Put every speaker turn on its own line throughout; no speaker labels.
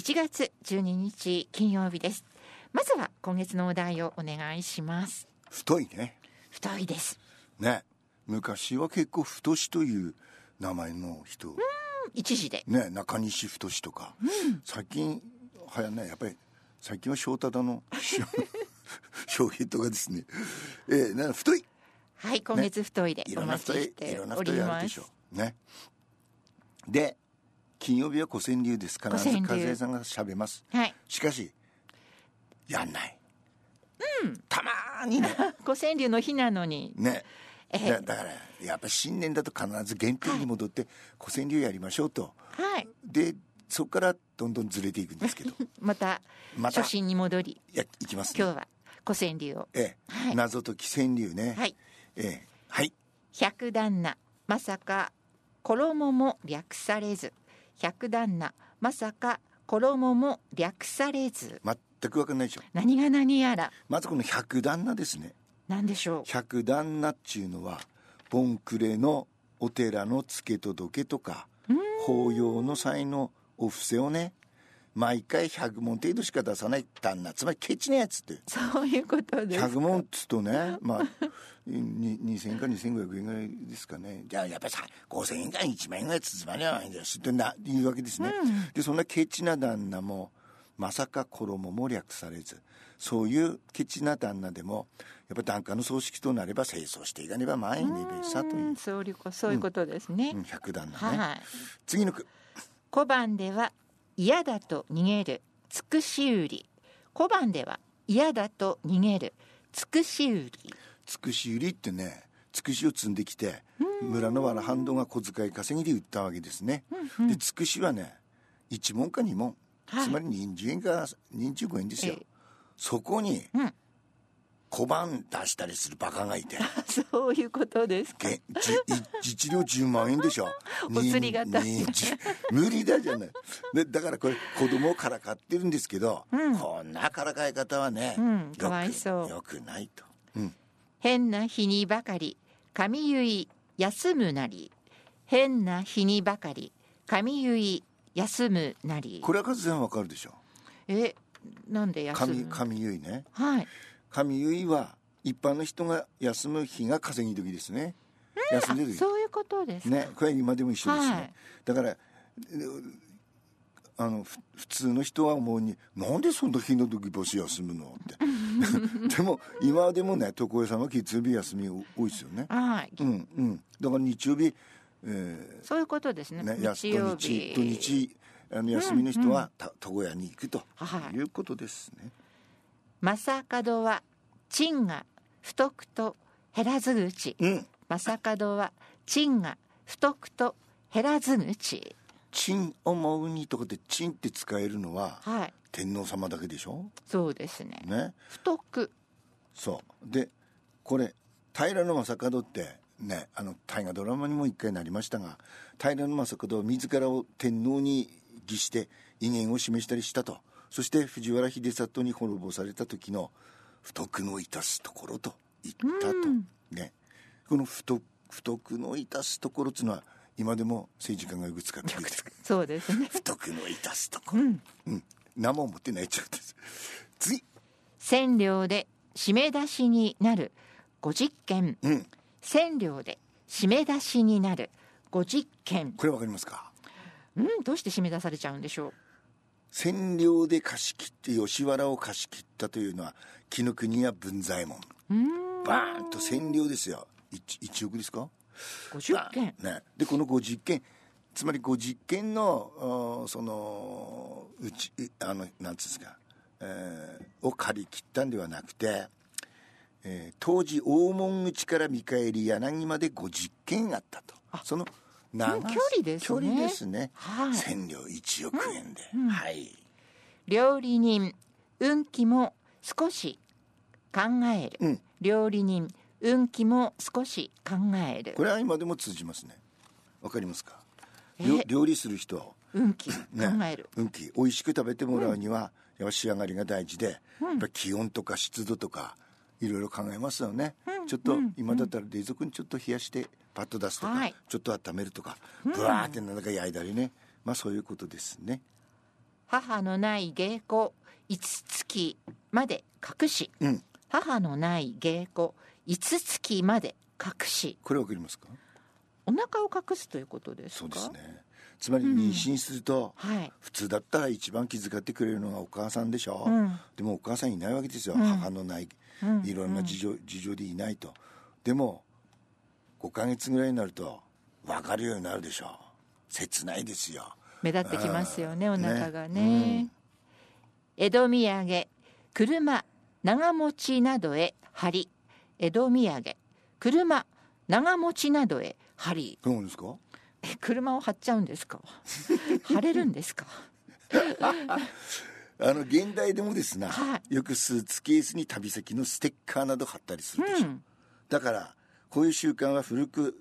1月12日金曜日ですまずは今月のお題をお願いします
太いね
太いです
ね昔は結構太しという名前の人、
一時で
ね中西太とか、最近はやねやっぱり最近は翔太 だの翔平とかですねえー、な太い
はい今月太いで
い
お
ろんな
待ち
太い
して
いろんな
お
太
り
いあ
ま
るですしょねで金曜日は古川流です必
古
ず
川
和
流
江さんがしゃべます
はい
しかしやんない、たまーにね
五川流の日なのに
ね
ええ
だだからやっぱ新年だと必ず原点に戻って古川流やりましょうと
はい
でそこからどんどんずれていくんですけど
また
また
初心に戻り
いやいきますね
今日は五川流を
ええ
はい
謎解き川流ね、
はい
ええはい
百旦那まさか衣も略されず百旦那まさか衣も略されず
全く分かんないでしょ
何が何やら
まずこの百旦那ですね
何でしょう
百旦那っちゅうのはボンクレのお寺の付け届けとか法要の際のお布施をね毎回100問程度しか出さない旦那つまりケチなやつって
そういうことです
100問っつうとねまあに2000か2500円ぐらいですかねじゃあやっぱりさ5000円か1万円ぐらいつまりはないんだよってな言うわけですね、でそんなケチな旦那もまさか衣も略されずそういうケチな旦那でもやっぱ檀家の葬式となれば清掃していかねば前にべさといううん
そういうこそういうことですね、
うん100旦那ね、
はい
次の句
小判では嫌だと逃げるつくし売り小判では嫌だと逃げるつくし売り
つくし売りってねつくしを積んできて村のわら半分が小遣い稼ぎで売ったわけですね、でつくしはね1問か2問、
はい
つまり20円か25円ですよ、
ええ
そこに
うん
小判出したりするバカがいて
そういうことですか
げじい一両10万円でしょ
お釣りが
に
大
にじ無理だじゃないでだからこれ子供をからかってるんですけど、
うん
こんなからかい方はね、
うん
よく
かわいそう
よくないと、うん、
変な日にばかり髪結い休むなり変な日にばかり髪結い休むなり
これは和さんわかるでしょ
えなんで休
神
む
神結いね
はい
神結いは一般の人が休む日が稼ぎ時ですね、休んでる時
そういうことですか、
ねこれは今でも一緒ですね、
はい
だからうあのふ普通の人は思うになんでそんな日の時ボス休むのっ てでも今でもね床屋さんは月曜日休み多いですよね
はい、
うんうんだから日曜日、え
そういうことです
ー
ね
ね、や
日曜日
土日土日あの休みの人はた床屋に行くと
はい
いうことですね、
正門は賃が太くと減らず口
うん
正門は賃が太くと減らず口
チン思うにとかでチンって使えるのは
はい
天皇様だけでしょ
そうですね
ね
太く
そうでこれ平将門ってねあの大河ドラマにも一回なりましたが平将門は自らを天皇に儀して威厳を示したりしたとそして藤原秀里に滅ぼされた時の不徳の致すところと言ったと、ねこの不徳不徳の致すところっていうのは今でも政治家がよく使っている
そうですね
不徳の致すところ、うん何も持ってないっちゃうんです次
千両で締め出しになるご実験
うん
千両で締め出しになるご実験
これわかりますか
うんどうして締め出されちゃうんでしょう
占領で貸し切って吉原を貸し切ったというのは紀の国や文左衛門バーンと占領ですよ 1, 億ですか
50件
バーンね、でこのご実験つまりご実験のあーそのうちうあのなんつうんですか、えーを借り切ったんではなくて、えー当時大門口から見返り柳までご実験があったとその長
も
さ
う距離ですね
距離ですね、
はい
占領1億円で、はい
料理人運気も少し考える、
うん
料理人運気も少し考える
これは今でも通じますねわかりますか
え
料料理する人は、
運気考
ね、
える、
運気美味しく食べてもらうには、やっぱ仕上がりが大事で、やっぱ気温とか湿度とかいろいろ考えますよね、ちょっと今だったら冷蔵庫にちょっと冷やしてパッと出すとか、
はい
ちょっと温めるとかブワーってなんだか焼いたりねまあそういうことですね
母のない芸妓五月まで隠し、
うん
母のない芸妓五月まで隠し
これわかりますか
お腹を隠すということですか
そうですねつまり妊娠すると、
はい、
普通だったら一番気遣ってくれるのがお母さんでしょ、
うん
でもお母さんいないわけですよ、
うん
母のない
うん
いろんな事情,、事情でいないとでも5ヶ月ぐらいになると分かるようになるでしょう切ないですよ
目立ってきますよね
あ
お
ー
腹がね
ね
江戸土産車長持ちなどへ針江戸土産車長持ちなどへ針
どうなんですか
え車を張っちゃうんです か張れるんですか
あの現代でもですな、
は
よくスーツケースに旅先のステッカーなど貼ったりするでしょ、
うん
だからこういう習慣は古く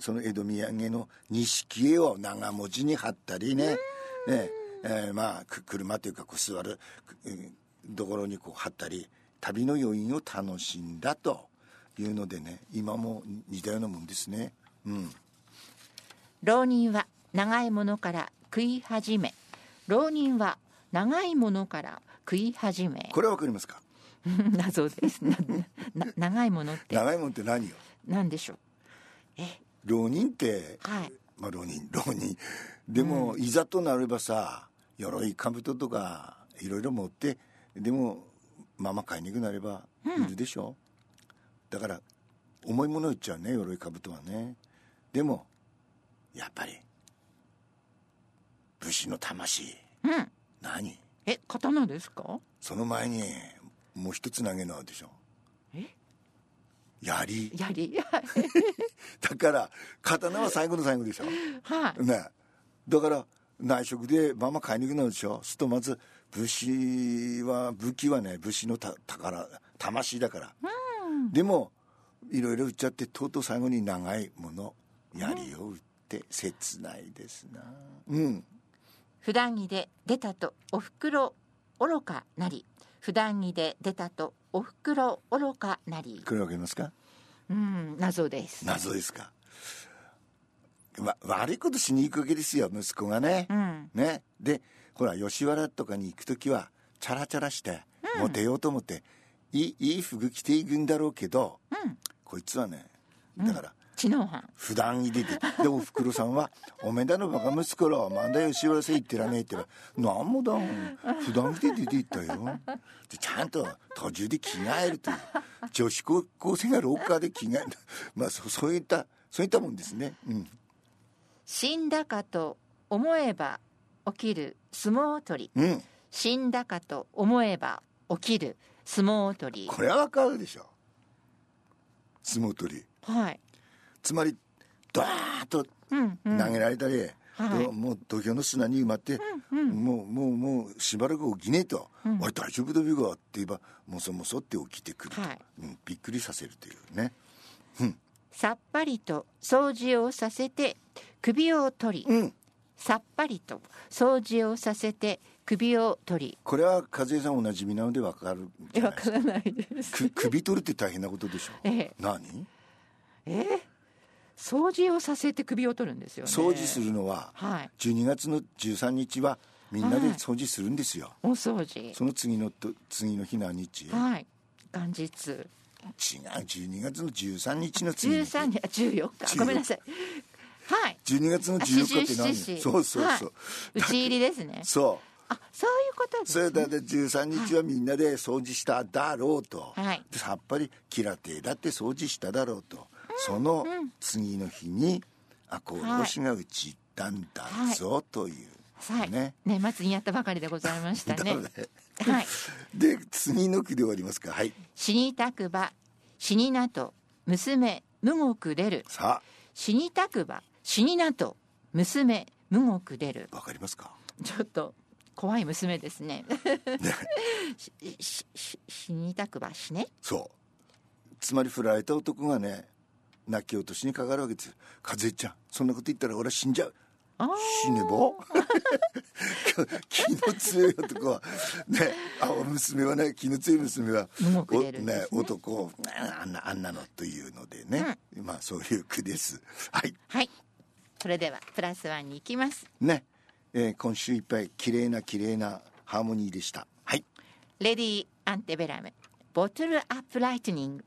その江戸土産の錦絵を長文字に貼ったりね,、ねえーまあく車というかこう座るくうんところにこう貼ったり旅の余韻を楽しんだというのでね今も似たようなもんですね。うん、
浪人は長いものから食い始め浪人は長いものから食い始め
これはわかりますか
謎ですなな長いものって
長いもんって何よ
何でしょう
浪人って
はい
まあ浪人浪人でも、いざとなればさ鎧兜とかいろいろ持ってでもまま買いにくくなればいるでしょ、だから重いもの売っちゃうね鎧兜はねでもやっぱり武士の魂
うん
何
え刀ですか
その前にもう一つ投げのあるでしょ
え
槍
やりはい
だから刀は最後の最後でしょ
はい
ねだから内職でまあまあ買いに行くのでしょするとまず武士は武器はね武士のた宝魂だから、でもいろいろ売っちゃってとうとう最後に長いもの槍を売って切ないですなうん
普段着で出たとおふくろ愚かなり普段着で出たとおふくろ愚かなり
これわかりますか
うん謎です
謎ですか、わ悪いことしに行くわけですよ息子がね、
うん
ねでほら吉原とかに行く時はチャラチャラしてモテようと思って、いいいい服着ていくんだろうけど、
うん
こいつはねだから
知能犯
普段着で出て、でおふくろさんは「おめえだのバカ息子らまだ吉原せ行ってらねえ」って言うから「なんもだん普段着で出て行ったよ」でちゃんと途中で着替えるという女子高校生が廊下で着替えるまあそそういったそういったもんですねうん
死んだかと思えば起きる相撲取り
うん
死んだかと思えば起きる相撲取り
これはわかるでしょ相撲取り
はい
つまりドワーッと
うんうん
投げられたり、
はい
どうもう土俵の砂に埋まって、もうもうもうしばらく起きねえと「おい大丈夫だビゴ」って言えばもそもそって起きてくると、
はい
うん、びっくりさせるというね
さっぱりと掃除をさせて首を取り
うん
さっぱりと掃除をさせて首を取
これは和江さんおなじみなのでわかる
り
じゃな
わ
いで
か
すから
ないです
く首取るって大変なことでしょ
ええ
何
掃除をさせて首を取るんですよね
掃除するのは
はい
12月の13日はみんなで掃除するんですよ、
お掃除
その次のと次の日何日、
はい元日
違う12月の13日の次の日
13日あ14日ごめんなさいはい
12月の14日って何
四
そうそうそう、
はい、打ち入りですね
そ
あそういうことで
うそれ
す、ね、
だって13日はみんなで掃除しただろうと、
はい
でさっぱりキラテだって掃除しただろうと、その次の日に赤おろしがうち行ったんだぞとい
は
う、
い
ね
ね末にやったばかりでございましたね
だね
はい
で次の句で終わりますかはい
死にたくば死になと娘無国出る
さ
死にたくば死になと娘無国出る
あわかりますか
ちょっと怖い娘ですねししし死にたくば死ね
そうつまり振られた男がね泣き落としにかかるわけですよ「和江ちゃんそんなこと言ったら俺は死んじゃう」
あー
死ねば気の強い男はねあ娘はね気の強い娘は
動く
お
れるんですね
ね男をあんなあんなのというのでね、まあそういう句ですはい
はいそれではプラスワンに行きます
ねえー今週いっぱい綺麗な綺麗なハーモニーでしたはい
レディーアンテベラムボトルアップライトニング